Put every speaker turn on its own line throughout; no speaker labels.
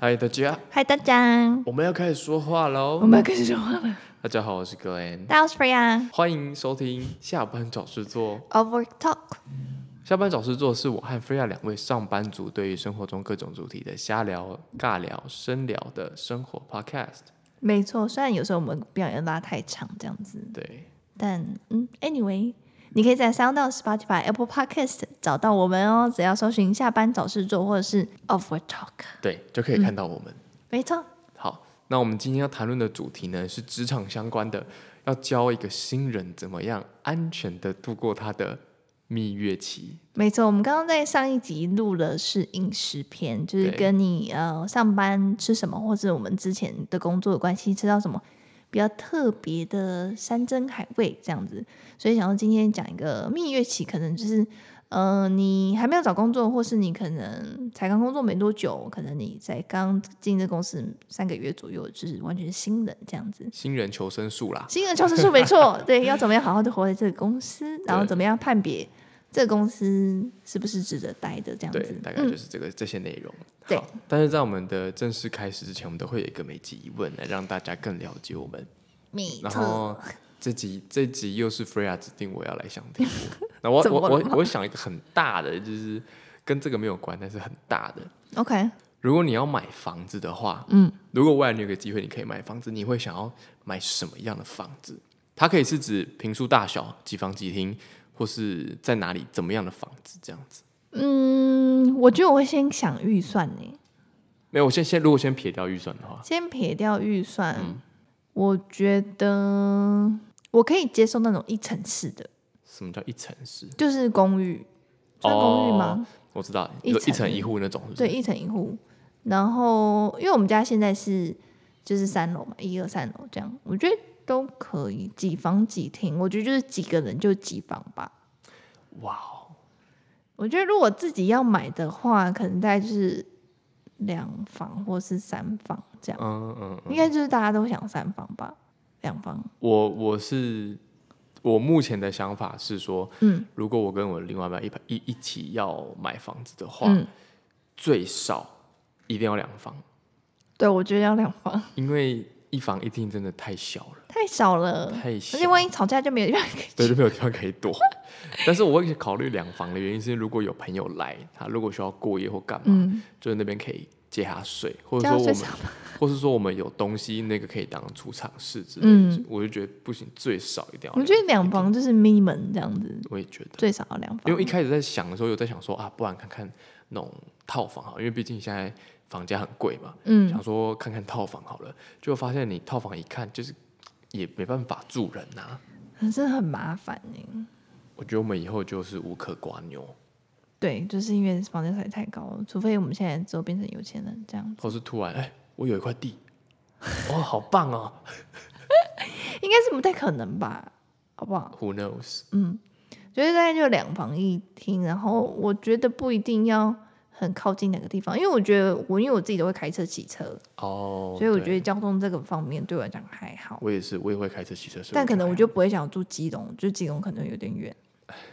嗨，大家，
嗨，大家，
我们要开始说话
我
喽！
们要开始说话了。
大家好，我是 Glen，
大家好，我是 Freya。
欢迎收听下班找事做。
Overwork Talk，
下班找事做是我和菲亚两位上班族对于生活中各种主题的瞎聊、尬聊、深聊的生活 Podcast。
没错，虽然有时候我们不小心拉太长这样子，
对，
但嗯，anyway，你可以在 Sound、Spotify、Apple Podcast 找到我们哦，只要搜寻“下班找事做”或者是 “Overwork Talk”。
对，就可以看到我们。
没错，
好，那我们今天要谈论的主题呢是职场相关的，要教一个新人怎么样安全的度过他的蜜月期。
没错，我们刚刚在上一集录了是饮食篇，就是
对
跟你呃上班吃什么，或者我们之前的工作有关系，吃到什么比较特别的山珍海味这样子。所以想要今天讲一个蜜月期，可能就是呃你还没有找工作，或是你可能才刚工作没多久，可能你才刚进这公司三个月左右，就是完全是新人这样子。
新人求生术啦，
新人教师术没 错，对，要怎么样好好的活在这个公司，然后
对
怎么样判别这个公司是不是值得待的这样
对
子，，
大概
嗯，
就是这个、这些内容。
对
好，但是在我们的正式开始之前，我们都会有一个每集疑问来让大家更了解我们。
没
然
错，
后这集这集又是 Freya 指定我要来想 题目，那我
怎
我
么了
我我想一个很大的，就是跟这个没有关，但是很大的。
，OK，
如果你要买房子的话，
嗯，
如果未来你有个机会，你可以买房子，你会想要买什么样的房子？它可以是指平数大小、几房几厅，或是在哪里、怎么样的房子这样子。
嗯，我觉得我会先想预算呢，
没有，我先先如果先撇掉预算的话，
先撇掉预算，
嗯
我觉得我可以接受那种一层式的，
什么叫一哦层式？
就是公寓，算公寓吗？
我知道，
一
有一
层
层一户那种，是不是
对，一层一户。然后因为我们家现在是就是三楼嘛，一二三楼这样，我觉得都可以，几房几厅，我觉得就是几个人就几房吧。
哇哦，
我觉得如果自己要买的话，可能大概就是两房或是三房这样，
嗯嗯，
应该就是大家都想三房吧，两房。
我我是我目前的想法是说，
嗯
如果我跟我另外一半一一一起要买房子的话，
嗯，
最少一定要两房，
对，我觉得要两房
因为一房一厅真的太小了，
太少了，
太
而
小
且，万一吵架就没有地方可以
对，
去。
就没有地方可以躲。 但是我会考虑两房的原因是，如果有朋友来，他如果需要过夜或干嘛，
嗯，
就是那边可以借他睡，或
这
者说
样
我
最
们
少吧
或是说我们有东西那个可以当储藏室之类的，
嗯
我就觉得不行，最少一定要。
我觉得两，房就是咪门这样子，
我也觉得，
最少要两房。
因为一开始在想的时候，有在想说啊，不然看看那种套房好了，因为毕竟现在房价很贵嘛，
嗯，
想说看看套房好了，就发现你套房一看就是也没办法住人呐、
真的很麻烦哎。
我觉得我们以后就是无可刮牛，
对，就是因为房价实在太高了，除非我们现在之后变成有钱人这样子，
或是突然哎、我有一块 地，哇、好棒哦
应该是不太可能吧？好不好？
，Who knows？
觉得大概就两房一厅，然后我觉得不一定要很靠近哪个地方，因为我觉得我因为我自己都会开车、骑车，
哦，
所以我
对
觉得交通这个方面对我来讲还好。
我也是，我也会开车骑车，所以
但可能我
还
就不会想住基隆，就基隆可能有点远，
好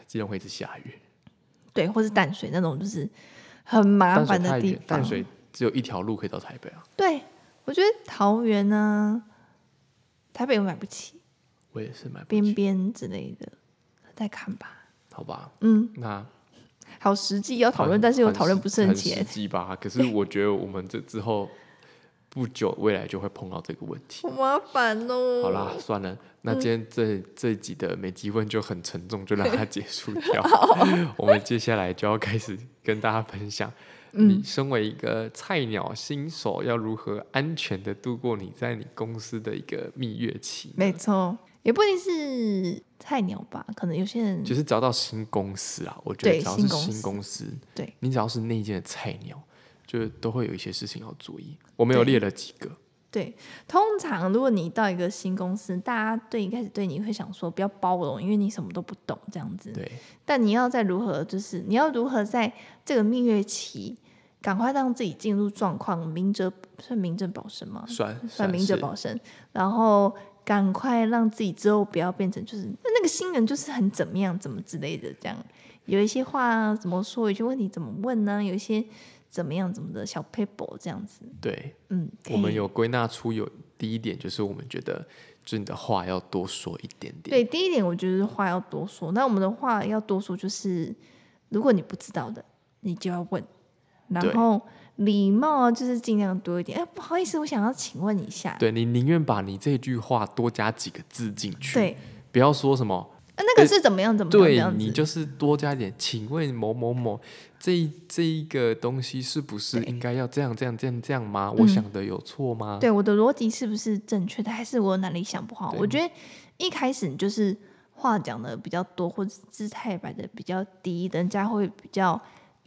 基隆会一直下雨。
对，或是淡水那种就是很麻
淡水
烦的
太
地
远，
方。
淡水只有一条路可以到台北啊，
对，我觉得桃园呢、台北我买不起，
我也是买不
边
起，
边之类的，再看吧。
好吧？
嗯，
那
好实际要讨论，
很
但是又
很
讨论不是很
很
起
实
来。
际吧？可是我觉得我们这之后不久未来就会碰到这个问题
好。麻烦哦。
好啦，，算了，那今天这、这一集的每集问就很沉重，就让它结束 掉。我们接下来就要开始跟大家分享，
嗯
你身为一个菜鸟新手，要如何安全的度过你在你公司的一个蜜月期呢？
没错，也不一定是菜鸟吧，可能有些人
就是只要到新公司啊，我觉得
对
只要是
新公司
新公司，
对
你只要是内建的菜鸟，就是都会有一些事情要注意。我们有列了几个，
对。通常如果你到一个新公司，大家对一开始对你会想说不要包容，因为你什么都不懂这样子。
对，
但你要在如何，就是你要如何在这个蜜月期，赶快让自己进入状况，明哲算明哲保身吗？
算
算明哲
是
保身，然后赶快让自己之后不要变成就是那那个新人就是很怎么样怎么之类的这样，有一些话怎么说，有些问题怎么问呢？有一些怎么样怎么的小 paper 这样子，
对，
嗯，可
我们
以
有归纳出有第一点就是我们觉得，就是你的话要多说一点点。
对第一点，我觉得是话要多说。那我们的话要多说，就是如果你不知道的，你就要问，然
对
后礼貌啊，就是尽量多一点。哎，不好意思，我想要请问一下，
对，你宁愿把你这句话多加几个字进去，
对，
不要说什么。
啊那个是怎么样怎么样这
对
样
你
子？
就是多加一点，请问某某某，这一这一个东西是不是
对
应该要这样这样这样这样吗？
嗯
我想的有错吗？
对我的逻辑是不是正确的，还是我哪里想不好？
对
我觉得一开始你就是话讲的比较多，或者姿态摆的比较低，人家会比较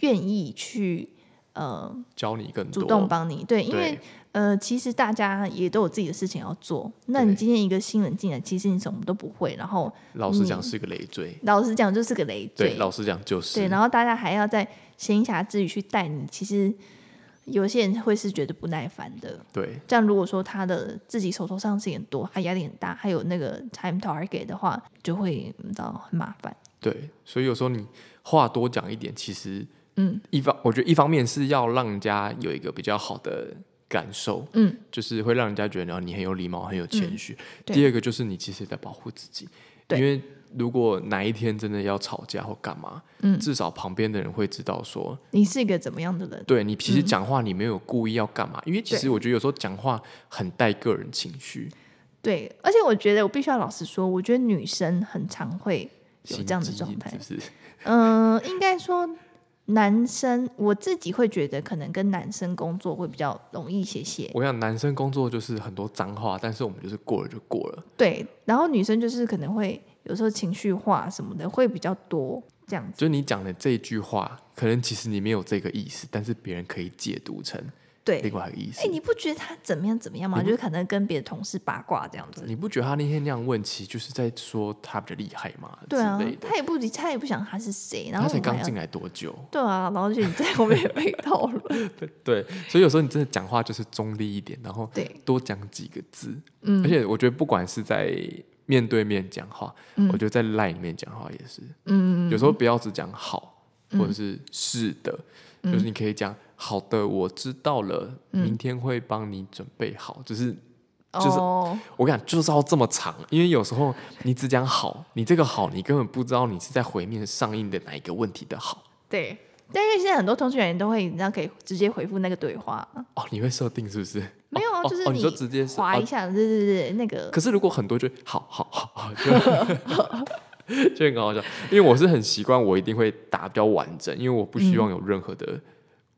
愿意去呃
教你更多，
主动帮你。对，因为
对
呃，其实大家也都有自己的事情要做。那你
对
今天一个新人进来，其实你什么都不会，然后
老实讲
你
是个累赘。
老实讲就是个累
对，
赘。
老实讲就是
嗯对，然后大家还要在闲暇之余去带你，其实有些人会是觉得不耐烦的。
对
这样如果说他的自己手头上的事情很多，他压力很大，还有那个 time target 的话，就会你知道很麻烦。
对所以有时候你话多讲一点，其实
嗯
一方我觉得一方面是要让人家有一个比较好的感受，
嗯，
就是会让人家觉得你很有礼貌、很有谦虚。
对
第二个就是你其实也在保护自己，
对
因为如果哪一天真的要吵架或干嘛，
嗯
至少旁边的人会知道说，
你是一个怎么样的人？
对你
嗯
其实讲话你没有故意要干嘛，因为其实我觉得有时候讲话很带个人情绪，
对，而且我觉得我必须要老实说，我觉得女生很常会有
心
这样的
机
状态
是。不是？
嗯、应该说男生我自己会觉得，可能跟男生工作会比较容易一些些。
我想男生工作就是很多脏话，但是我们就是过了就过了，
对，然后女生就是可能会有时候情绪化什么的会比较多，这样子。
就是你讲的这一句话，可能其实你没有这个意思，但是别人可以解读成
对，
另外一个意思。
哎、你不觉得他怎么样怎么样吗？
你不
就是可能跟别的同事八卦这样子。
你不觉得他那天那样问，其实就是在说他比较厉害吗？
对啊
之类，的。
他也不理，他也不想他是谁，然
他
后
才
我们
刚
还要
进来多久？
对啊，然后就你在后面被讨论，
对，所以有时候你真的讲话就是中立一点，然后
对
多讲几个字。
嗯
而且我觉得不管是在面对面讲话，
嗯
我觉得在 line 里面讲话也是，
嗯，
有时候不要只讲好，或者是是的，
嗯
就是你可以讲好的，我知道了，明天会帮你准备好，就是。 就是
哦，
我跟你讲，就是要这么长，因为有时候你只讲好，你这个好，你根本不知道你是在回面上映的哪一个问题的好
对。但因为现在很多通讯软件都会，你知道可以直接回复那个对话，啊
哦。你会设定是不是？
没有啊，
哦
就是
哦你就直接是
划
哦
一下，对对对，那个
可是如果很多就好好好好，就 就很好笑，因为我是很习惯，我一定会打比较完整，因为我不希望有任何的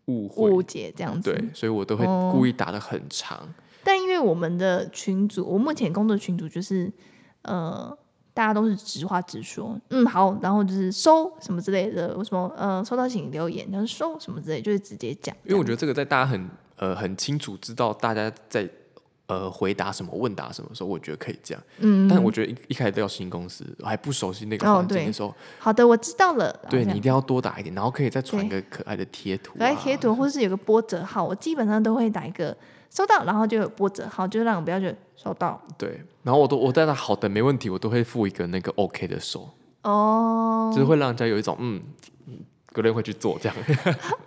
误会，
误解这样子。
对，所以我都会
哦
故意打的很长，
但因为我们的群组，我目前工作群组就是，呃，大家都是直话直说，嗯，好，然后就是收什么之类的，什么呃，收到请留言，然后收什么之类，就是直接讲。
因为我觉得这个在大家
嗯
很呃很清楚知道大家在呃回答什么问答什么的时候，我觉得可以这样，
嗯，
但我觉得一一开始到新公司还不熟悉那个
哦
环境
对
的时候，
好的，我知道了。然后
对
这
你
样
一定要多打一点，然后可以再传一个可爱的贴图、啊，
可爱贴图，或是有个波折号，我基本上都会打一个收到，然后就有波折号，就让我不要觉得收到
对，然后我都我带他好的没问题，我都会附一个那个 OK 的手。
哦。
就是会让人家有一种嗯，格雷会去做这样。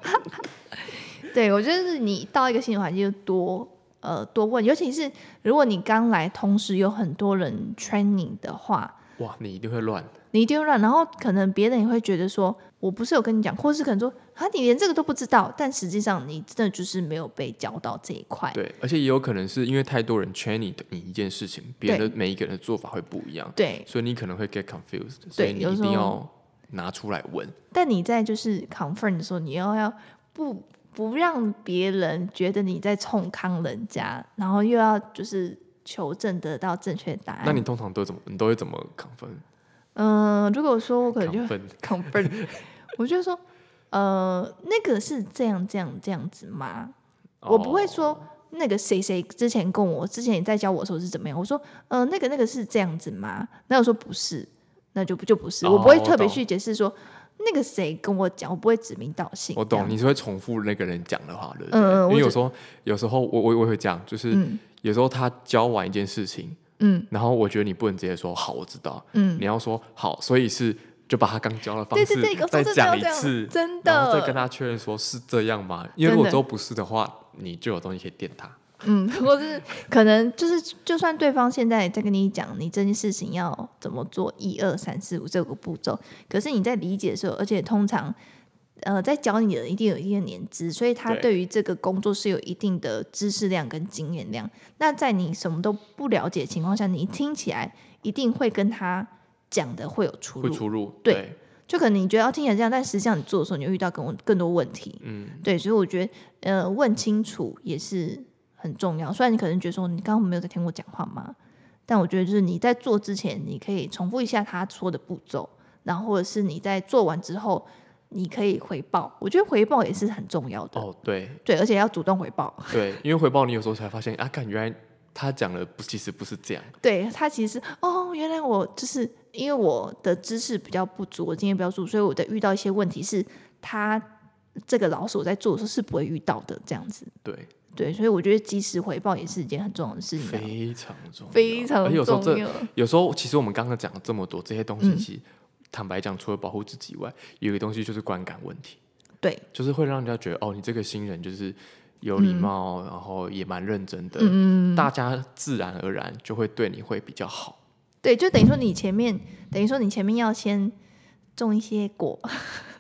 对，我觉得是你到一个新的环境就多呃多问，尤其是如果你刚来，同时有很多人 training 的话，
哇，你一定会乱，
你一定会乱，然后可能别人也会觉得说，我不是有跟你讲，或是可能说啊，你连这个都不知道，但实际上你真的就是没有被教到这一块。
对，而且也有可能是因为太多人圈你你一件事情，别人的每一个人的做法会不一样，
对，
所以你可能会 get confused，所以你
有
一
时
定
候
要拿出来问。
但你在就是 confirm 的时候，你要要不不让别人觉得你在冲康人家，然后又要就是求证得到正确答案。
那你通常都怎么？你都会怎么 confirm？
嗯、如果说我可能就
confirm
confirm，我就说呃，那个是这样这样这样子吗？我不会
哦
说那个谁谁之前跟我，之前你在教我的时候是怎么样？我说，呃，那个那个是这样子吗？那我说不是，那就不就不是，
哦
我不会
我
特别
懂
去解释说那个谁跟我讲，我不会指名道姓。
我
这样
懂，你是会重复那个人讲的话，对不对？
嗯嗯我
因为有
只
时候，有时候我我我也会这样，就是、
嗯
有时候他教完一件事情，
嗯
然后我觉得你不能直接说好，我知道，
嗯
你要说好，所以是就把他刚教的方
对
式
对对，有时
再
候真的
讲
要
一
这样
次，
真
然后
的
再跟他确认说是这样吗？因为
真
如果
的
都不是的话，你就有东西可以电他。
嗯，或是可能就是，就算对方现在在跟你讲你这件事情要怎么做，一二三四五这个步骤，可是你在理解的时候，而且通常呃在教你的人一定有一定的年资，所以他
对
对于这个工作是有一定的知识量跟经验量。那在你什么都不了解的情况下，你听起来一定会跟他讲的会有出
会
入，
出入，
对就可能你觉得要哦听起来这样，但实际上你做的时候，你会遇到更更多问题。
嗯，
对，所以我觉得呃，问清楚也是很重要。虽然你可能觉得说你刚刚没有在听我讲话嘛，但我觉得就是你在做之前，你可以重复一下他说的步骤，然后或者是你在做完之后，你可以回报。我觉得回报也是很重要的，
哦，对
对，而且要主动回报。
对，因为回报你有时候才发现啊，看原来他讲的不其实不是这样，
对他其实哦，原来我就是因为我的知识比较不足，我经验比较不足，所以我在遇到一些问题是他这个老手在做的时候是不会遇到的这样子。
对，
对，所以我觉得及时回报也是一件很重要的事情啊，
非常重要，
非常
而且有时候
重
这
要。
有时候其实我们刚刚讲了这么多这些东西，
嗯
其实坦白讲，除了保护自己以外，有一个东西就是观感问题。
对，
就是会让人家觉得哦，你这个新人就是有礼貌，然后也蛮认真的，
嗯，
大家自然而然就会对你会比较好。
对，就等于说你前面，等于说你前面要先种一些果，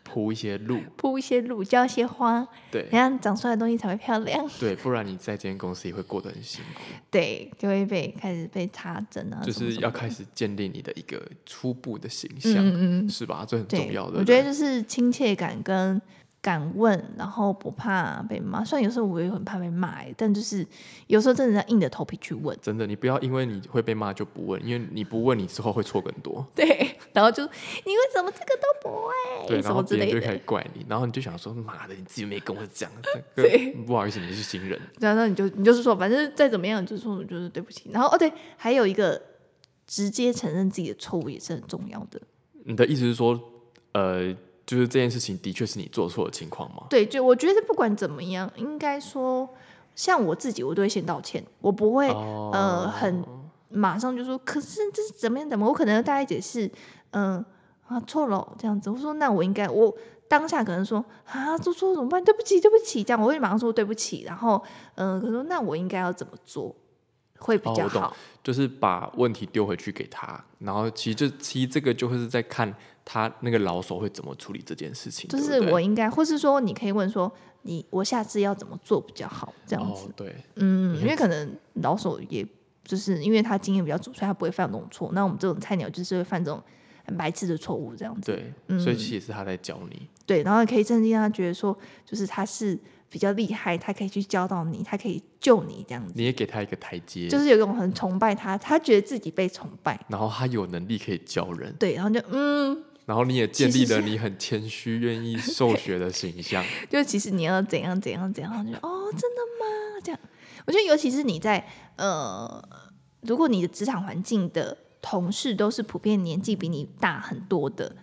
铺一些路，
铺一些路，浇一些花，
对
这样长出来的东西才会漂亮。
对，不然你在这间公司也会过得很辛苦。
对，就会被开始被插针啊，
就
什么
是
什么
要
的
开始建立你的一个初步的形象，
嗯嗯嗯，
是吧？这很
对
重要的。对
我
不
觉得
对
就是亲切感跟敢问，然后不怕被骂。虽然有时候我也很怕被骂欸，但就是有时候真的要硬着头皮去问。
真的，你不要因为你会被骂就不问，因为你不问，你之后会错更多。
对， 然后就你为什么这个都不会？
对，
哎什
然后
么之
别人
类
就
的。
开始怪你，然后你就想说：“妈的，你自己没跟我 讲，这
对
个不好意思，你是新人。
然后你就你就是说，反正再怎么样，你就是说我就是对不起。然后哦对，还有一个直接承认自己的错误也是很重要的。”
你的意思是说，呃，就是这件事情的确是你做错的情况吗？
对，就我觉得不管怎么样，应该说像我自己，我都会先道歉，我不会、
哦
呃很马上就说，可是这是怎么样怎么样，我可能要大概解释，嗯、啊错了这样子。我说那我应该我。当下可能说啊，做错了怎么办？对不起，对不起，这样我会马上说对不起。然后，嗯、可能说那我应该要怎么做会比
哦
较
我懂
好？
就是把问题丢回去给他，然后其实这其实这个就会是在看他那个老手会怎么处理这件事情。
就
对不
是
对
我应该，或是说你可以问说你我下次要怎么做比较好这样子。
哦，对，
嗯，
你
因为可能老手也就是因为他经验比较足，所以他不会犯这种错。那我们这种菜鸟就是会犯这种很白痴的错误这样子。
对，所以其实也是他在教你。
对，然后也可以真正让他觉得说，就是他是比较厉害，他可以去教到你，他可以救你这样子。
你也给他一个台阶，
就是有一种很崇拜他，他觉得自己被崇拜。
然后他有能力可以教人，
对，然后就嗯，
然后你也建立
其实
了
是
你很谦虚、愿意受学的形 象。
就其实你要怎样怎样怎样，就哦，真的吗？这样，我觉得尤其是你在呃，如果你的职场环境的同事都是普遍年纪比你大很多的，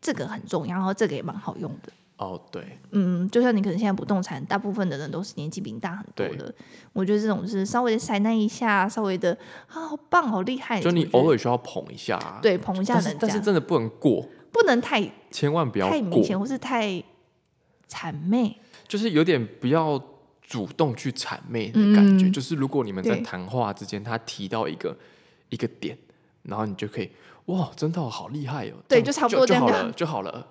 这个很重要，然后这个也蛮好用的。
哦，对，
嗯，就像你可能现在不动产，大部分的人都是年纪比你大很多的。我觉得这种就是稍微的塞那一下，稍微的啊，好棒，好厉害。
就你
什么之类的
偶尔需要捧一下啊，
对捧一下
但是
人家，
但是真的不能过，
不能太
千万不要
太明
过。
显，或是太谄媚。
就是有点不要主动去谄媚的感觉。
嗯
就是如果你们在
对
谈话之间，他提到一个一个点，然后你就可以哇，真的哦好厉害哦，
对
这样
就差不多
就
这样
好
就好
了，就好了。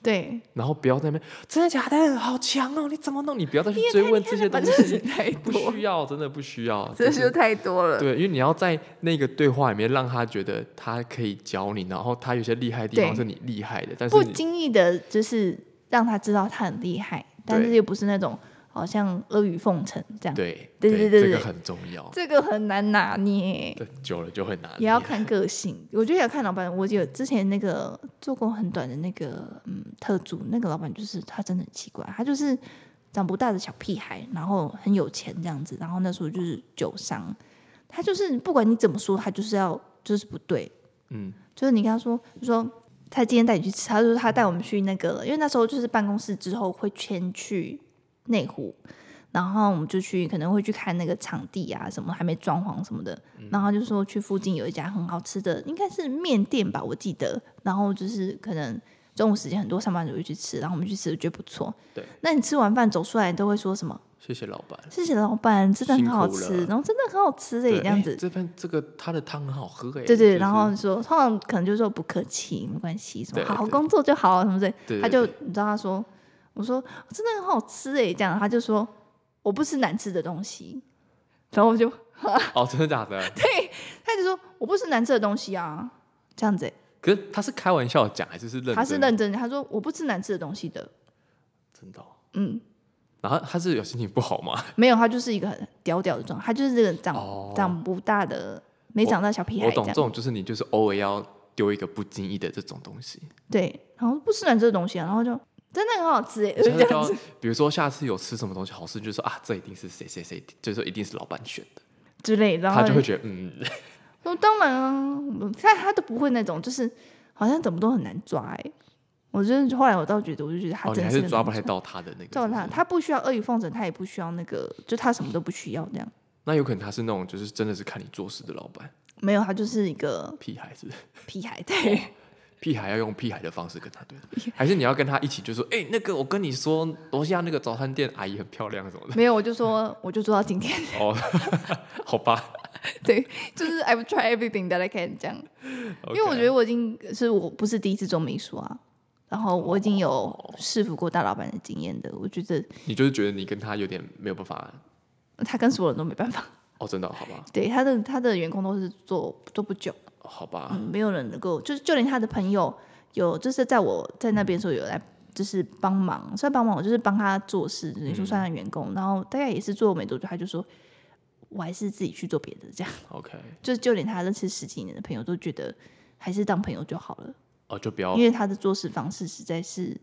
对，
然后不要在那边真的假的，好强哦，你怎么弄？你不要再去追问这些东西，
太
不需要，真的不需要。
这
就
就是太多了。
对，因为你要在那个对话里面让他觉得他可以教你，然后他有些厉害的地方
对
是你厉害的，但是
不
你
经意的，就是让他知道他很厉害，但是又不是那种好像阿谀奉承这样。
对
对对对
这个
对
很重要，
这个很难拿捏，
对久了就会难。
也要看个性。我觉得也要看老板。我有之前那个做过很短的那个嗯特助，那个老板就是他真的很奇怪，他就是长不大的小屁孩，然后很有钱这样子。然后那时候就是酒商，他就是不管你怎么说，他就是要就是不对，
嗯，
就是你跟他说，你说他今天带你去吃，他说他带我们去那个，因为那时候就是办公室之后会先去内湖，然后我们就去可能会去看那个场地啊，什么还没装潢什么的。
嗯
然后他就说去附近有一家很好吃的，应该是面店吧，我记得。然后就是可能中午时间很多上班族会去吃，然后我们去吃，觉得不错。
对，
那你吃完饭走出来，你都会说什么？
谢谢老板。
谢谢老板，真的很好
辛苦
吃
了，
然后真的很好吃哎、
对
这样
哎
子。
这份这个它的汤很好喝哎、
对对，
就是
然后说通常可能就说不客气，没关系，什么
对
好好
对
工作就好，什么之类。
对
他
对
就你知道他说，我说真的很好吃哎、这样他就说我不吃难吃的东西，然后我就
哦，真的假的？
他就说我不吃难吃的东西啊，这样子欸、
可是他是开玩笑讲还是是认真？
他是认真的，他说我不吃难吃的东西的，
真的哦、
嗯，
然后他是有心情不好吗？
没有，他就是一个很屌屌的状态，他就是这个长、
哦
长不大的，没长大小屁孩
我
这
懂，
样
这，种就是你就是偶尔要丢一个不经意的这种东西，
对，然后不吃难吃的东西啊，然后就真的很好吃哎、
下
这
次就
样
要
子，
比如说下次有吃什么东西好吃，你就说啊，这一定是谁谁谁，就是说一定是老板选的，
之类，然后
他就会觉得嗯，
说当然啊，我看他都不会那种，就是好像怎么都很难抓哎、我真的后来我倒觉得，我就觉得他
哦，你
真
还
的是
是
个
抓
难
不太到他的那个。
抓不
是
他，
不是
他不需要阿谀奉承，他也不需要那个，就他什么都不需要这样。
那有可能他是那种就是真的是看你做事的老板，
没有，他就是一个
屁孩是不是
屁孩，
哦
对，
屁孩要用屁孩的方式跟他对话，还是你要跟他一起就说，哎、那个我跟你说，楼下那个早餐店阿姨很漂亮 什么的。
没有，我就说，我就做到今天，
哦， 好吧，
对， 就是 I've tried everything that I can 这样，因为我觉得我已经是我不是第一次做美术啊，然后我已经有试服过大老板的经验的，我觉得
你就是觉得你跟他有点没有办法
他跟所有人都没办法，
哦，真的好吧，
对，他的他的员工都是做做不久，
好吧，
嗯，没有人能够，就是就连他的朋友有，就是在我在那边的时候有来，就是帮忙，算帮忙，我就是帮他做事，你
嗯
说算他员工，然后大概也是做没多久，他就说，我还是自己去做别的，这样，
OK，
就是就连他认识十几年的朋友都觉得还是当朋友就好了，
哦，就不要
因为他的做事方式实在是，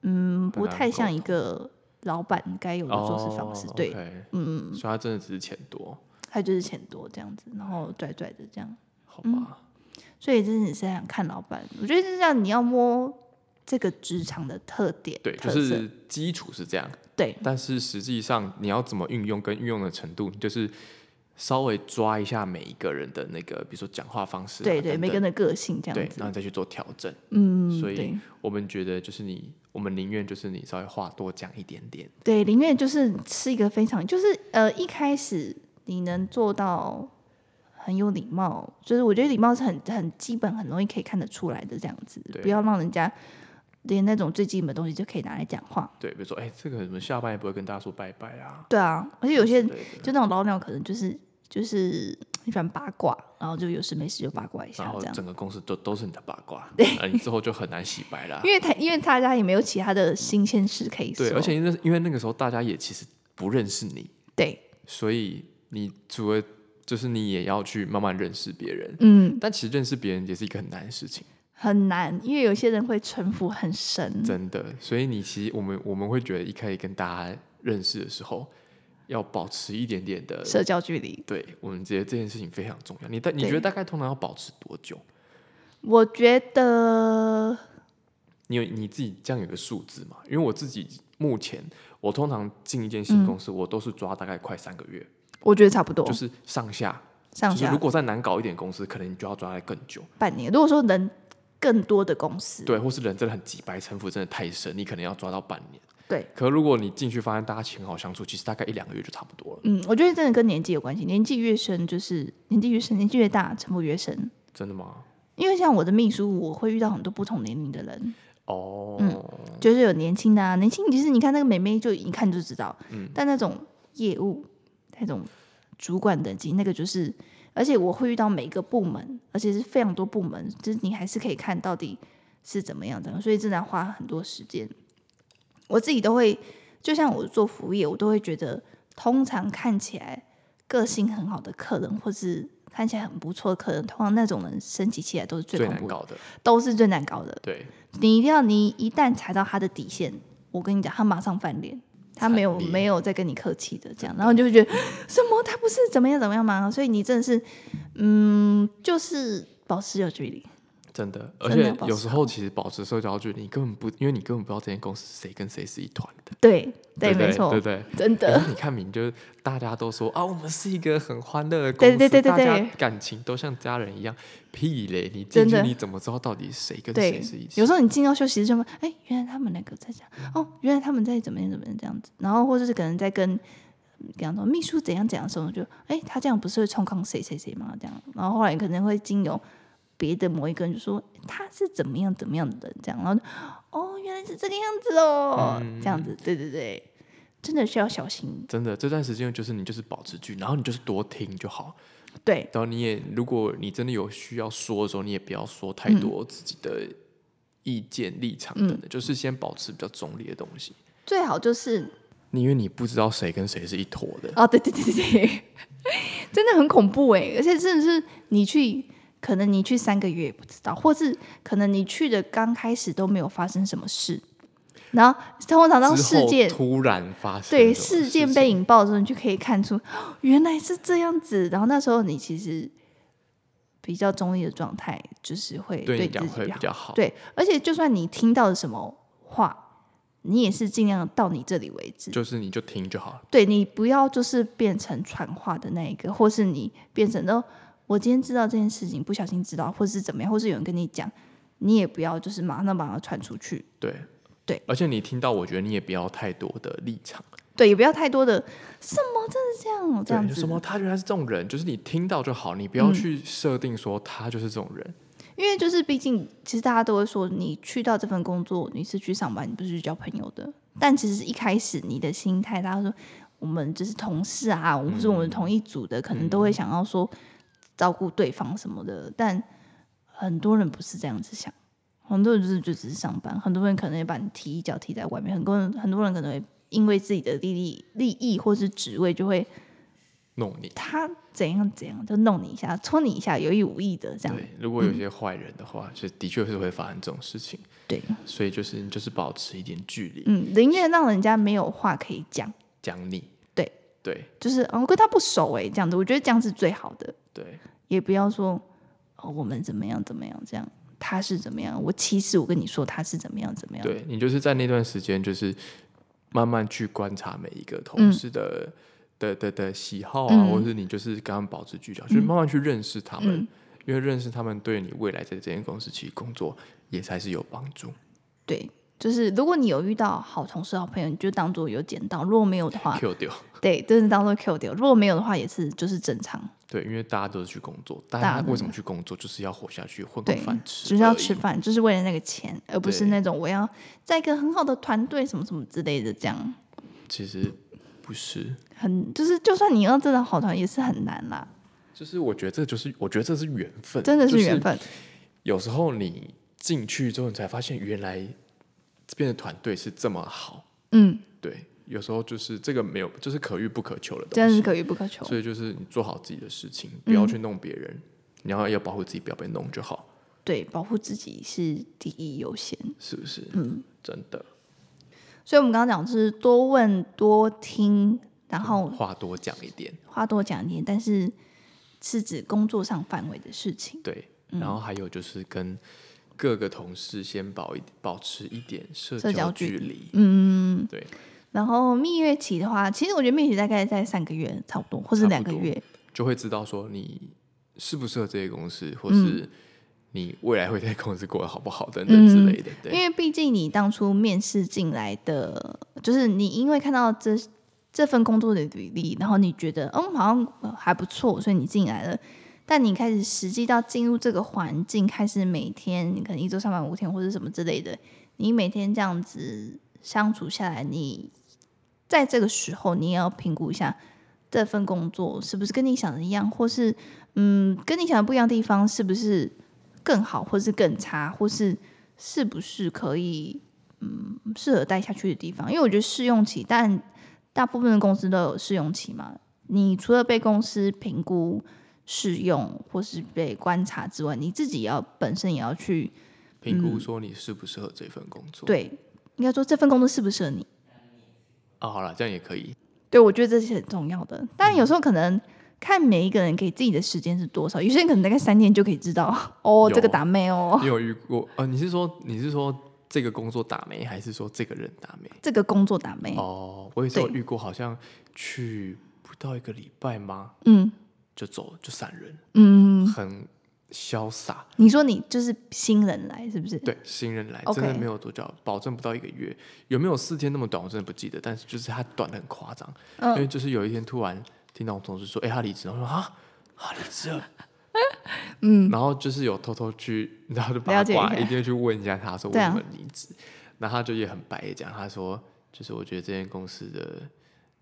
嗯，不
很难
太像
沟
一个老板该有的做事方式，
哦、
对，
，OK，
嗯，
所以他真的只是钱多，
他就是钱多这样子，然后拽拽的这样。
好
嗯
吧，
所以真的是想看老板，我觉得是这样，你要摸这个职场的特点，
对，就
特色
是基础是这样，
对
但是实际上你要怎么运用跟运用的程度，你就是稍微抓一下每一个人的那个，比如说讲话方式、啊，
对
等
对，
等
每个人的个性这
对
样，
然后
子，
你再去做调整。
嗯，
所以
对
我们觉得就是你，我们宁愿就是你稍微话多讲一点点，
对，林月就是是一个非常，就是呃一开始你能做到很有礼貌，就是我觉得礼貌是很很基本，很容易可以看得出来的这样子，
对
不要让人家连那种最基本的东西就可以拿来讲话，
对，比如说哎、这个什么下班也不会跟大家说拜拜啊，
对啊，而且有些
之类的
就那种老鸟可能就是就是很喜欢八卦，然后就有事没事就八卦一下
然后
这样。
整个公司都都是你的八卦，对，你之后就很难洗白啦。
因为哦他因为大家也没有其他的新鲜事可以说，
对，而且那因为那个时候大家也其实不认识你，
对，
所以你除了就是你也要去慢慢认识别人，
嗯，
但其实认识别人也是一个很难的事情，
很难，因为有些人会城府很深，
真的。所以你其实我们我们会觉得一开始跟大家认识的时候，要保持一点点的。
社交距离。
对我们觉得这件事情非常重要。你大你
对
觉得大概通常要保持多久？
我觉得
你有你自己这样有个数字嘛？因为我自己目前我通常进一间新
嗯
公司，我都是抓大概快三个月，
我觉得差不多，
就是上下
哦上
就是
下
如果再难搞一点的公司，可能你就要抓得更久。
半年。如果说人更多的公司，
对，或是人真的很急白，城府真的太深，你可能要抓到半年。
对
可如果你进去发现大家情好相处，其实大概一两个月就差不多了，
嗯，我觉得真的跟年纪有关系，年纪越深就是年纪越深，年纪越大城府越深。
真的吗？
因为像我的秘书，我会遇到很多不同年龄的人，
哦，
就是有年轻的啊，年轻其实你看那个美眉就一看就知道，
嗯
但那种业务那种主管等级那个就是，而且我会遇到每个部门，而且是非常多部门，就是你还是可以看到底是怎么样的，所以真的要花很多时间。我自己都会，就像我做服务业，我都会觉得，通常看起来个性很好的客人，或是看起来很不错的客人，通常那种人升级起来都是最
最
恐
难
怖的，
搞的，
都是最难搞的。
对，
你一定要，你一旦踩到他的底线，我跟你讲，他马上翻脸，他没有
惨烈
没有再跟你客气的这样，然后你就会觉得什么他不是怎么样怎么样吗？所以你真的是，嗯，就是保持有距离，
真的，而
真的
且
要保
有
持
时候其实保持社交距离，你根本不，因为你根本不知道这间公司谁跟谁是一团的，
对
对不
没
对
错
对，不对？
真
然
的
后你看明，就是大家都说啊，我们是一个很欢乐的公
对
司，
对对对
大家
对
感情都像家人一样。屁嘞，你进
真
去
的
你怎么知道到底谁跟谁
对
是一。起？嗯
有时候你进到休息室就发现，哎，原来他们两个在这样，哦，原来他们在怎么样怎么样这样子，然后或者是可能在跟。比方说秘书怎样怎样的时候，就哎、他这样不是会冲康谁谁谁吗？这样，然后后来可能会经由别的某一个人就说他是怎么样怎么样的人，这样，然后就哦，原来是这个样子哦，
嗯
这样子，对对对，真的是要小心，
真的这段时间就是你就是保持距离，然后你就是多听就好。
对
然后你也，如果你真的有需要说的时候，你也不要说
嗯
太多自己的意见、立场等等，就是先保持比较中立的东西。
最好就是
因为你不知道谁跟谁是一坨的，
哦，对对对对对， 真的很恐怖哎！而且真的是你去，可能你去三个月也不知道，或是可能你去的刚开始都没有发生什么事，然后通常当
之
事
后
件
突然发生这
对
种
事件
情
被引爆的时候，你就可以看出哦原来是这样子。然后那时候你其实比较中立的状态，就是会
对你
自
讲
己
会
比
比
较
较好。
对，而且就算你听到了什么话，你也是尽量到你这里为止。
就是你就听就好了。
对你不要就是变成传话的那一个，或是你变成哦，我今天知道这件事情，不小心知道，或是怎么样，或是有人跟你讲，你也不要就是马上把它传出去，
对
对，
而且你听到，我觉得你也不要太多的立场，
对，也不要太多的什么真的这样哦这样
对，就
子，嗯
什么他原来是这种人，就是你听到就好，你不要去设定说他就是这种人。
因为就是毕竟，其实大家都会说，你去到这份工作，你是去上班，你不是去交朋友的。但其实一开始你的心态，大家说我们就是同事啊，我们是我们同一组的，可能都会想要说照顾对方什么的。但很多人不是这样子想，很多人就是就只是上班，很多人可能也把你踢一脚踢在外面，很多人很多人可能会因为自己的利益利益或是职位，就会
弄你
他怎样怎样就弄你一下，戳你一下，有意无意的这样。嗯
对，如果有些坏人的话，就的确是会发生这种事情，
对
所以就是你就是保持一点距离，
嗯，宁愿让人家没有话可以讲，
讲你
对
对
就是哦，跟他不熟哎，这样子，我觉得这样是最好的，
对，
也不要说哦，我们怎么样怎么样这样，他是怎么样，我其实我跟你说他是怎么样怎么样，
对你就是在那段时间，就是慢慢去观察每一个同事的、的的的喜好啊，
嗯
或者是你就是跟他们保持距离，就是慢慢去认识他们，因为认识他们对你未来在这间公司其实工作也才是有帮助。
对，就是如果你有遇到好同事、好朋友，你就当做有捡到；如果没有的话，
Q 掉，
对，就是当做 Q 掉；如果没有的话，也是就是正常，
对，因为大家都是去工作，大
大
家
家
为什么去工作，就是要活下去，混口
对
饭，吃，
只是要吃。饭，就是为了那个钱，而不是
对
那种我要在一个很好的团队什么什么之类的这样。
其实不是，
很就是，就算你要真的好团，也是很难啦，
就是我觉得这就是，我觉得这是缘分，
真的是
就
缘分。
有时候你进去之后，你才发现原来这边的团队是这么好。
嗯，
对，有时候就是这个没有，就是可遇不可求的东西，
真的是可遇不可求。嗯
所以就是你做好自己的事情，不要去弄别人，你要要保护自己，不要被弄就好，
对，保护自己是第一优先。
是不是？嗯，真的，
所以我们刚刚讲就是多问多听，然后
话多讲一点，
话多讲一点，但是是指工作上范围的事情。
对，
嗯
然后还有就是跟各个同事先保一保持一点社
社交距
距
离
离，
嗯，
对，
然后蜜月期的话，其实我觉得蜜月期大概在三个月差不多，或是
差不
两个
多
月。
就会知道说你适不适合这些公司，
嗯
或是你未来会在公司过得好不好等等之类的，
嗯因
对。
为毕竟你当初面试进来的，就是你因为看到这这份工作的履历，然后你觉得嗯好像呃还不错，所以你进来了。但你开始实际到进入这个环境，开始每天你可能一周上班五天或者什么之类的，你每天这样子相处下来，你在这个时候你也要评估一下这份工作是不是跟你想的一样，或是嗯跟你想的不一样的地方是不是更好，或是更差，或是是不是可以嗯适合待下去的地方？因为我觉得试用期，但大部分的公司都有试用期嘛。你除了被公司评估试用或是被观察之外，你自己也要本身也要去
评
嗯
估说你适不适合这份工作。
对，应该说这份工作适不适合你。
啊，好了，这样也可以。
对，我觉得这是很重要的。当然，有时候可能看每一个人给自己的时间是多少。有些人可能大概三天就可以知道，哦，这个打妹哦，
你有遇过？呃，你是说你是说这个工作打没，还是说这个人打没？
这个工作打妹，
哦，我也是有
对
遇过，好像去不到一个礼拜吗，
嗯
就走就散人，
嗯，
很潇洒。
你说你就是新人来是不是？
对，新人来
OK
真的没有多久，保证不到一个月，有没有四天那么短，我真的不记得。但是就是他短的很夸张，因为
嗯，
就是有一天突然听到我同事说：“哎、他离职。”然后我说：“啊，他离职 了。”嗯，然后就是有偷偷去，然后就八
了解一
卦，
下
一定会去问一下他说为
对啊
什么离职。那他就也很白地讲，他说：“就是我觉得这间公司的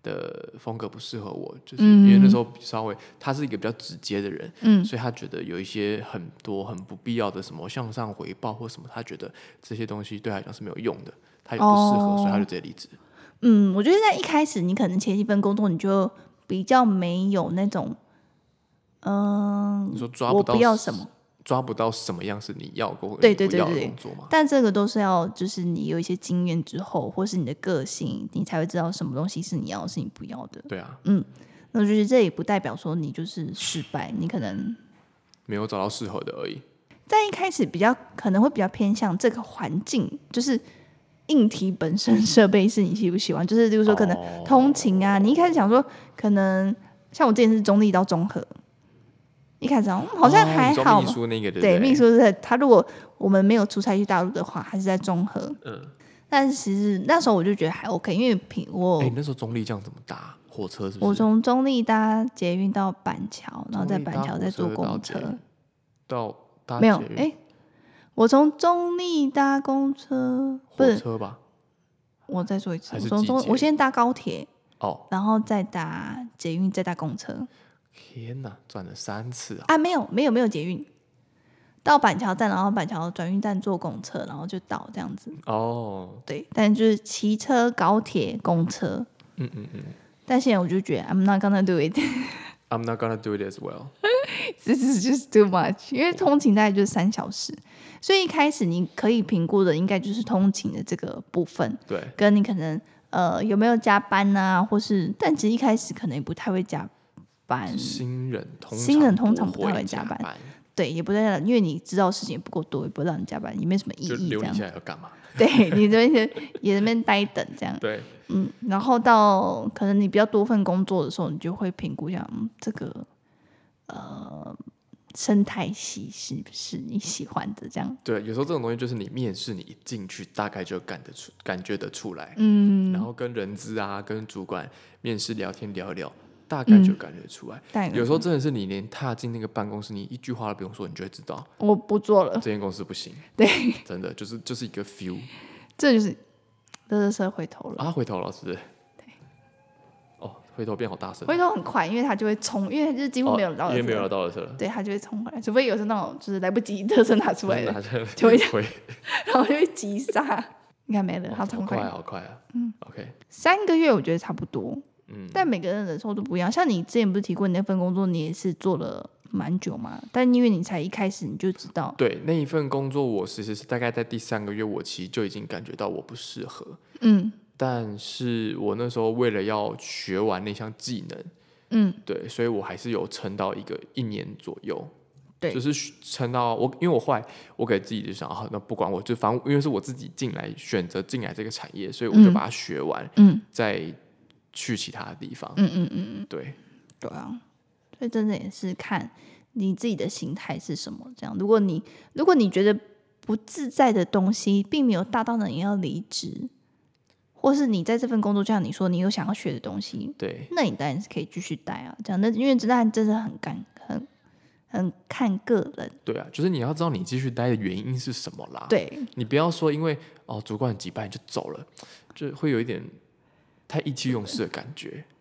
的风格不适合我，就是因为那时候稍微他是一个比较直接的人，
嗯
所以他觉得有一些很多很不必要的什么向上回报或什么，他觉得这些东西对他来讲是没有用的，他也不适合，
哦
所以他就直接离职。
嗯，我觉得在一开始，你可能前一份工作你就比较没有那种，嗯、
你说抓不
我
到
不要什么，
抓不到什么样是你要工
对对
不要的
对对对
工作嘛？
但这个都是要就是你有一些经验之后，或是你的个性，你才会知道什么东西是你要，是你不要的。
对啊，
那就是这也不代表说你就是失败，你可能
没有找到适合的而已。
在一开始比较可能会比较偏向这个环境，就是硬体本身设备是你喜不喜欢，就是比如说可能
嗯哦
通勤啊，你一开始想说可能像我之前是中立到中和，一开始想、嗯好像
哦
还
你说
好
秘
嘛，
书那个对不
对，秘书是他如果我们没有出差去大陆的话，还是在中和，
嗯，
但是其实那时候我就觉得还 OK，因为平我、
哎、那时候中立这样怎么搭火车是不是？
我从中立搭捷运到板桥，然后在板桥再坐公
中立搭火
车
车，到搭
没有
捷运
哎、我从中立搭公车，不
火
是
车吧？
我再说一次，
还
我
是
从
集
中
结
我先搭高铁，
哦，
然后再搭捷运，再搭公车
天哪，转了三次啊！
啊，没有没有没有捷运，到板桥站，然后板桥转运站坐公车，然后就到这样子。
哦，
对，但就是骑车、高铁、公车，
嗯嗯嗯
但现在我就觉得 I'm not gonna do it，
，I'm not gonna do it as well。
this is just too much，因为通勤大概就是三小时，所以一开始你可以评估的应该就是通勤的这个部分，
对，
跟你可能呃有没有加班啊，或是但其实一开始可能也不太会加班，
新人通
嗯新人通常
不
不太
会
会加
班，
班对，也不太因为你知道事情也不够多，也不会让你加班，也没什么意
就
义
留
这
你
样
下。来要干嘛？
对你这边也在那边待等这样，
对，
嗯，然后到可能你比较多份工作的时候，你就会评估一下，嗯，这个呃生态系是不是你喜欢的这样？
对，有时候这种东西就是你面试，你一进去大概就感得出、感觉得出来，
嗯，
然后跟人资啊、跟主管面试聊天聊一聊，大概
嗯
就感觉出来。
但
有时候真的是你连踏进那个办公室，你一句话都不用说，你就会知道
我不做了
这，间公司不行。
对，
真的就是就是一个 feel
这就是乐乐社回头了。
啊，回头了是不是？哦，回头变好大声，
回头很快，因为他就会冲，因为他就是几乎
哦
没有到、
因为没有聊，到的事了，
对他就会冲回来，除非有时候那种就是来不及特色拿出来的，
拿着
就会
回，
然后就会急刹。你看没了，
哦
他
好
冲
快
回
啊
来
好快啊！嗯，OK，
三个月，我觉得差不多。
嗯，
但每个人的忍受度不一样。像你之前不是提过你那份工作，你也是做了蛮久嘛？但因为你才一开始你就知道，
对那一份工作，我其实是大概在第三个月，我其实就已经感觉到我不适合。
嗯
但是我那时候为了要学完那项技能，
嗯，
对，所以我还是有撑到一个一年左右。
对
就是学撑到我，因为我后来我给自己就想，啊，那不管我就反正因为是我自己进来选择进来这个产业，所以我就
嗯
把它学完，
嗯
再去其他的地方。
嗯嗯嗯，嗯，
对，
对啊，所以真的也是看你自己的心态是什么。这样，如果你如果你觉得不自在的东西，并没有大到你要离职，或是你在这份工作，就像你说，你有想要学的东西，
对，
那你当然是可以继续待啊。这样，那因为这当然真的很干很很看个人，啊
对啊，就是你要知道你继续待的原因是什么啦。，
对。
你不要说因为哦主管击败你就走了，就会有一点太意气用事的感觉。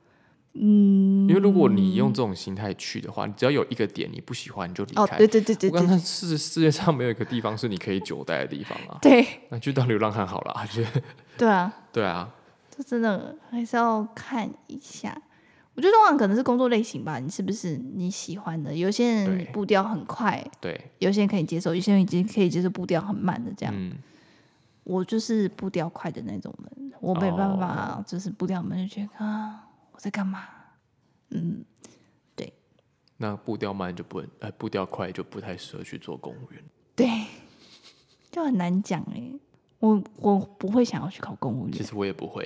因
嗯，
为如果你用这种心态去的话，你只要有一个点你不喜欢，你就离
哦，
开。
对对对对
我刚
对
才世世界上没有一个地方是你可以久待的地方 啊，
对
那就当流浪汉好了啊。就是
对啊，
对啊，
这真的还是要看一下。我觉得通常可能是工作类型吧，你是不是你喜欢的？有些人
对
步调很快，
对，
有些人可以接受，有些人已经可以接受步调很慢的这样。
嗯，
我就是步调快的那种人，我没办法，就是步调慢就觉得啊我在干嘛？嗯，对，
那步调慢就不能，呃，步调快就不太适合去做公务员。
对，就很难讲哎、我我不会想要去考公务员
其，实我也不会，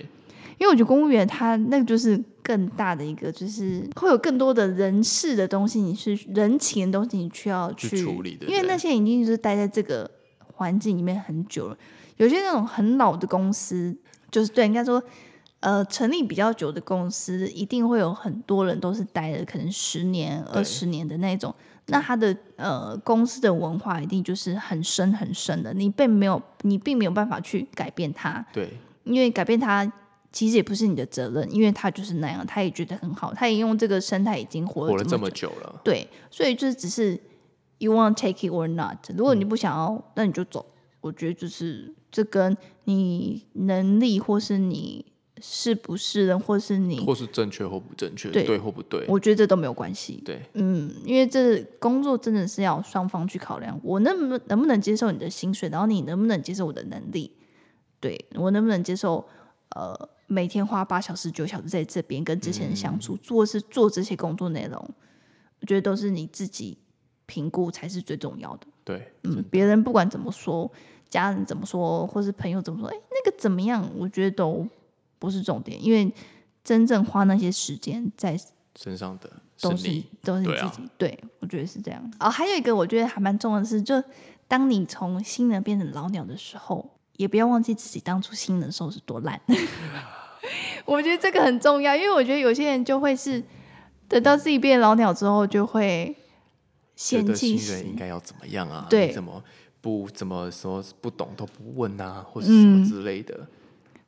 因为我觉得公务员它那个就是更大的一个，就是会有更多的人事的东西，你是人情的东西，你需要
去
去
处理对不
因为那
对
些已经就是待在这个环境里面很久了。有些那种很老的公司，就是对应该说，呃，成立比较久的公司，一定会有很多人都是待了可能十年、
对
二十年的那种。那他的呃公司的文化一定就是很深很深的，你并没有你并没有办法去改变它。
对，
因为改变他其实也不是你的责任，因为他就是那样，他也觉得很好，他也用这个生态已经活
活了
了
这
么
么
久
久了，
对，所以就是只是 you want take it or not，如果你不想要，那你就走。我觉得就是这跟你能力或是你是不是人，或是你，
或是正确或不正确，
对
对或不对，
我觉得这都没有关系。
对，
嗯，因为这工作真的是要双方去考量，我能不能不能接受你的薪水，然后你能不能接受我的能力，对我能不能接受呃每天花八小时九小时在这边跟这些人相
嗯
处，做是做这些工作内容，我觉得都是你自己评估才是最重要的。
对，
嗯，别人不管怎么说，家人怎么说，或是朋友怎么说，哎，那个怎么样，我觉得都不是重点，因为真正花那些时间在
身上的
都
是你，
都是你
对啊
自己。对,、我觉得是这样。哦，还有一个我觉得还蛮重要的是，就当你从新人变成老鸟的时候，也不要忘记自己当初新人的时候是多烂。 我觉得这个很重要，因为我觉得有些人就会是等到自己变老鸟之后，就会
觉
嫌
得
弃
新
死
人应该要怎么样啊？
对
你怎么不怎么说不懂都不问啊，或是什么
嗯
之类的，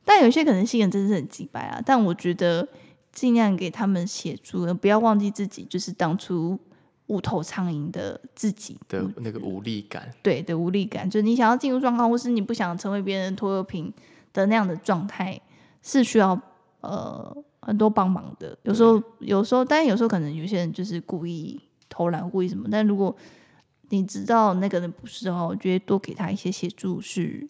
但有些可能新人真的是很鸡掰啊，但我觉得尽量给他们协助，不要忘记自己就是当初无头苍蝇的自己
的那个无力感，
对的无力感，就是你想要进入状况，或是你不想成为别人的拖油瓶的那样的状态，是需要呃很多帮忙的。有时候，有时候，但有时候可能有些人就是故意偷懒、故意什么。但如果你知道那个人不是的话，我觉得多给他一些协助是。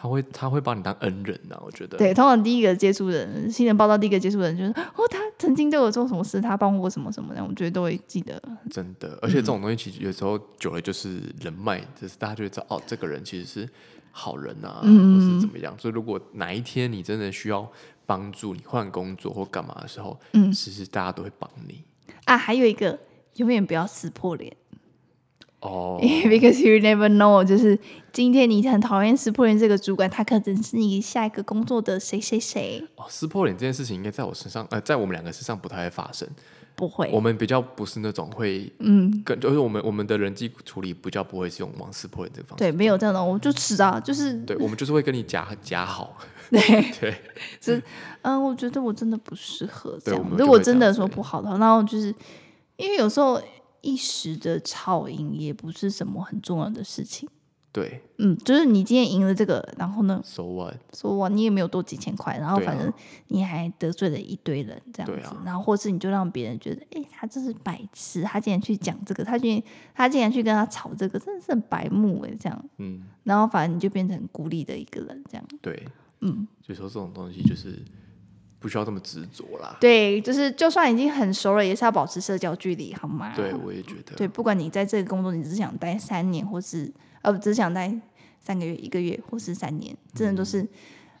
他会他会把你当恩人呐、我觉得，
对，通常第一个接触的人，新人报道第一个接触的人就是哦，他曾经对我做什么事，他帮我什么什么的，我觉得都会记得。
真的，而且
嗯
这种东西其实有时候久了就是人脉，就是大家就会知道哦，这个人其实是好人啊，
嗯
或是怎么样。所以如果哪一天你真的需要帮助，你换工作或干嘛的时候，
嗯
其实大家都会帮你
啊，还有一个，永远不要撕破脸。。
哦
Because you never know，就是今天你很讨厌识破人这个主管，他可能是你下一个工作的谁谁谁，
哦，撕破脸这件事情应该在我身上，呃，在我们两个身上不太会发生。
不
我
会，
们比较不是那种会
嗯，
跟，就是我们我们的人际处理比较不会是用往撕破脸这个方式。
对，没有这种，我就吃啊，就是，
对，我们就是会跟你夹夹好。
对，
对，
嗯，我觉得我真的不适合这
对我
样
们。就
如果
会这
真的
样子
说不好的话，然后就是因为有时候一时的吵赢也不是什么很重要的事情，
对
嗯，就是你今天赢了这个，然后呢，
，so what？
说哇，你也没有多几千块，然后
对啊
反正你还得罪了一堆人这样
对
子，
啊
然后或是你就让别人觉得，哎、他真是白痴，他竟然去讲这个，他竟然他竟然去跟他吵这个，真的是很白目哎，这样，
嗯，
然后反正你就变成孤立的一个人这样，
对，
嗯，
所以说这种东西就是不需要这么执着啦。
对，就是就算已经很熟了，也是要保持社交距离，好吗？
对，啊我也觉得，
对，不管你在这个工作，你只想待三年，或是呃，只想待三个月、一个月，或是三年，真的
嗯
都是、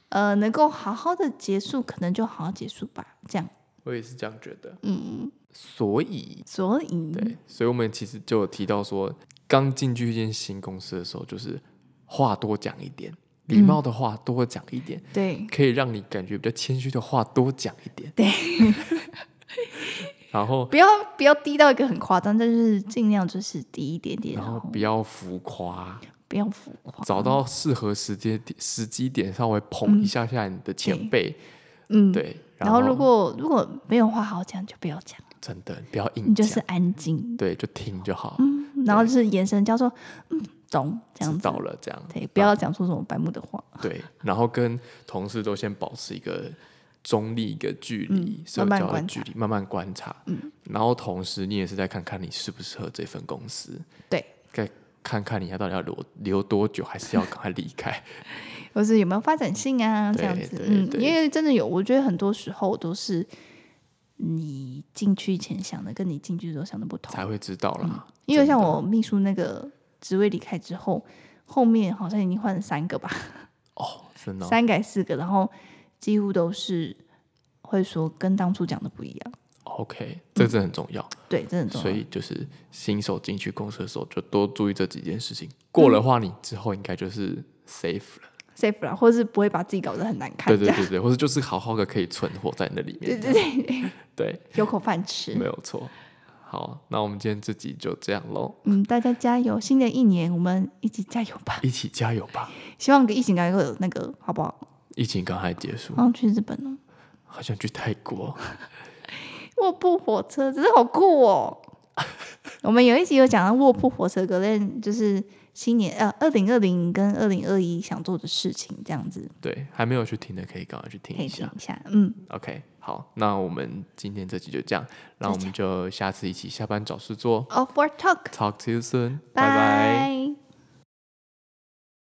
呃，能够好好的结束，可能就好好结束吧，这样。
我也是这样觉得。
嗯，
所以，
所以
对，所以我们其实就有提到说，刚进去一间新公司的时候，就是话多讲一点，礼貌的话多讲一点，
对
可以让你感觉比较谦虚的话多讲一点。
对，
然后，
不要不要低到一个很夸张，但就是尽量就是低一点点，
然
然
后
后
不要浮夸，
不要浮夸。
找到适合时间点时机点，稍微捧一下下你的前辈。
嗯，
对，
然后如果如果没有话好讲，就不要讲，
真的不要硬
你就
讲，
是安静，
对，就听就好，
嗯然后就是眼神交错，嗯，懂这样
知
子
道。了这样。
对，不要讲出什么白目的话，
对，然后跟同事都先保持一个中立一个距离，
嗯
社
慢慢
交的
观嗯
距离，慢慢观察。然后同时你也是在看看你适不适合这份公司，
对，
再看看你要到底要留留多久，还是要赶快离开。
或是有没有发展性啊，
对
这样子。
对
嗯，
对
因为真的有，我觉得很多时候都是你进去前想的跟你进去之后想的不同
才。会知道啦。
因为像
真的
我秘书那个职位离开之后，后面好像已经换了三个吧，
哦，真的哦
三改四个，然后几乎都是会说跟当初讲的不一样。
，OK，这真的很重要。
嗯对，啊真的很重要
所以就是新手进去公司的时候，就多注意这几件事情。过了话，你之后应该就是 safe 了。
safe 啦，或是不会把自己搞得很难看，
对
这
对
样
对对，或者就是好好的可以存活在那里面。
对对对，
对，
有口饭吃
没。有错。好，那我们今天这集就这样喽，
嗯，大家加油！新的一年我们一起加油吧！
一起加油吧！
希望疫情赶快有那个好不好？
疫情刚才结束
然，后去日本哦，
好想去泰国。
卧铺火车真的好 酷哦！我们有一集有讲到卧铺火车，格练就是新年呃二零二零跟二零二一想做的事情，这样子
对，还没有去听的可以赶快去听
可以
一
听
下。
一下。嗯，
OK，好，那我们今天这集就这样，那我们就下次一起下班找事做。
Off Work Talk，
Talk to you soon，拜拜。
拜。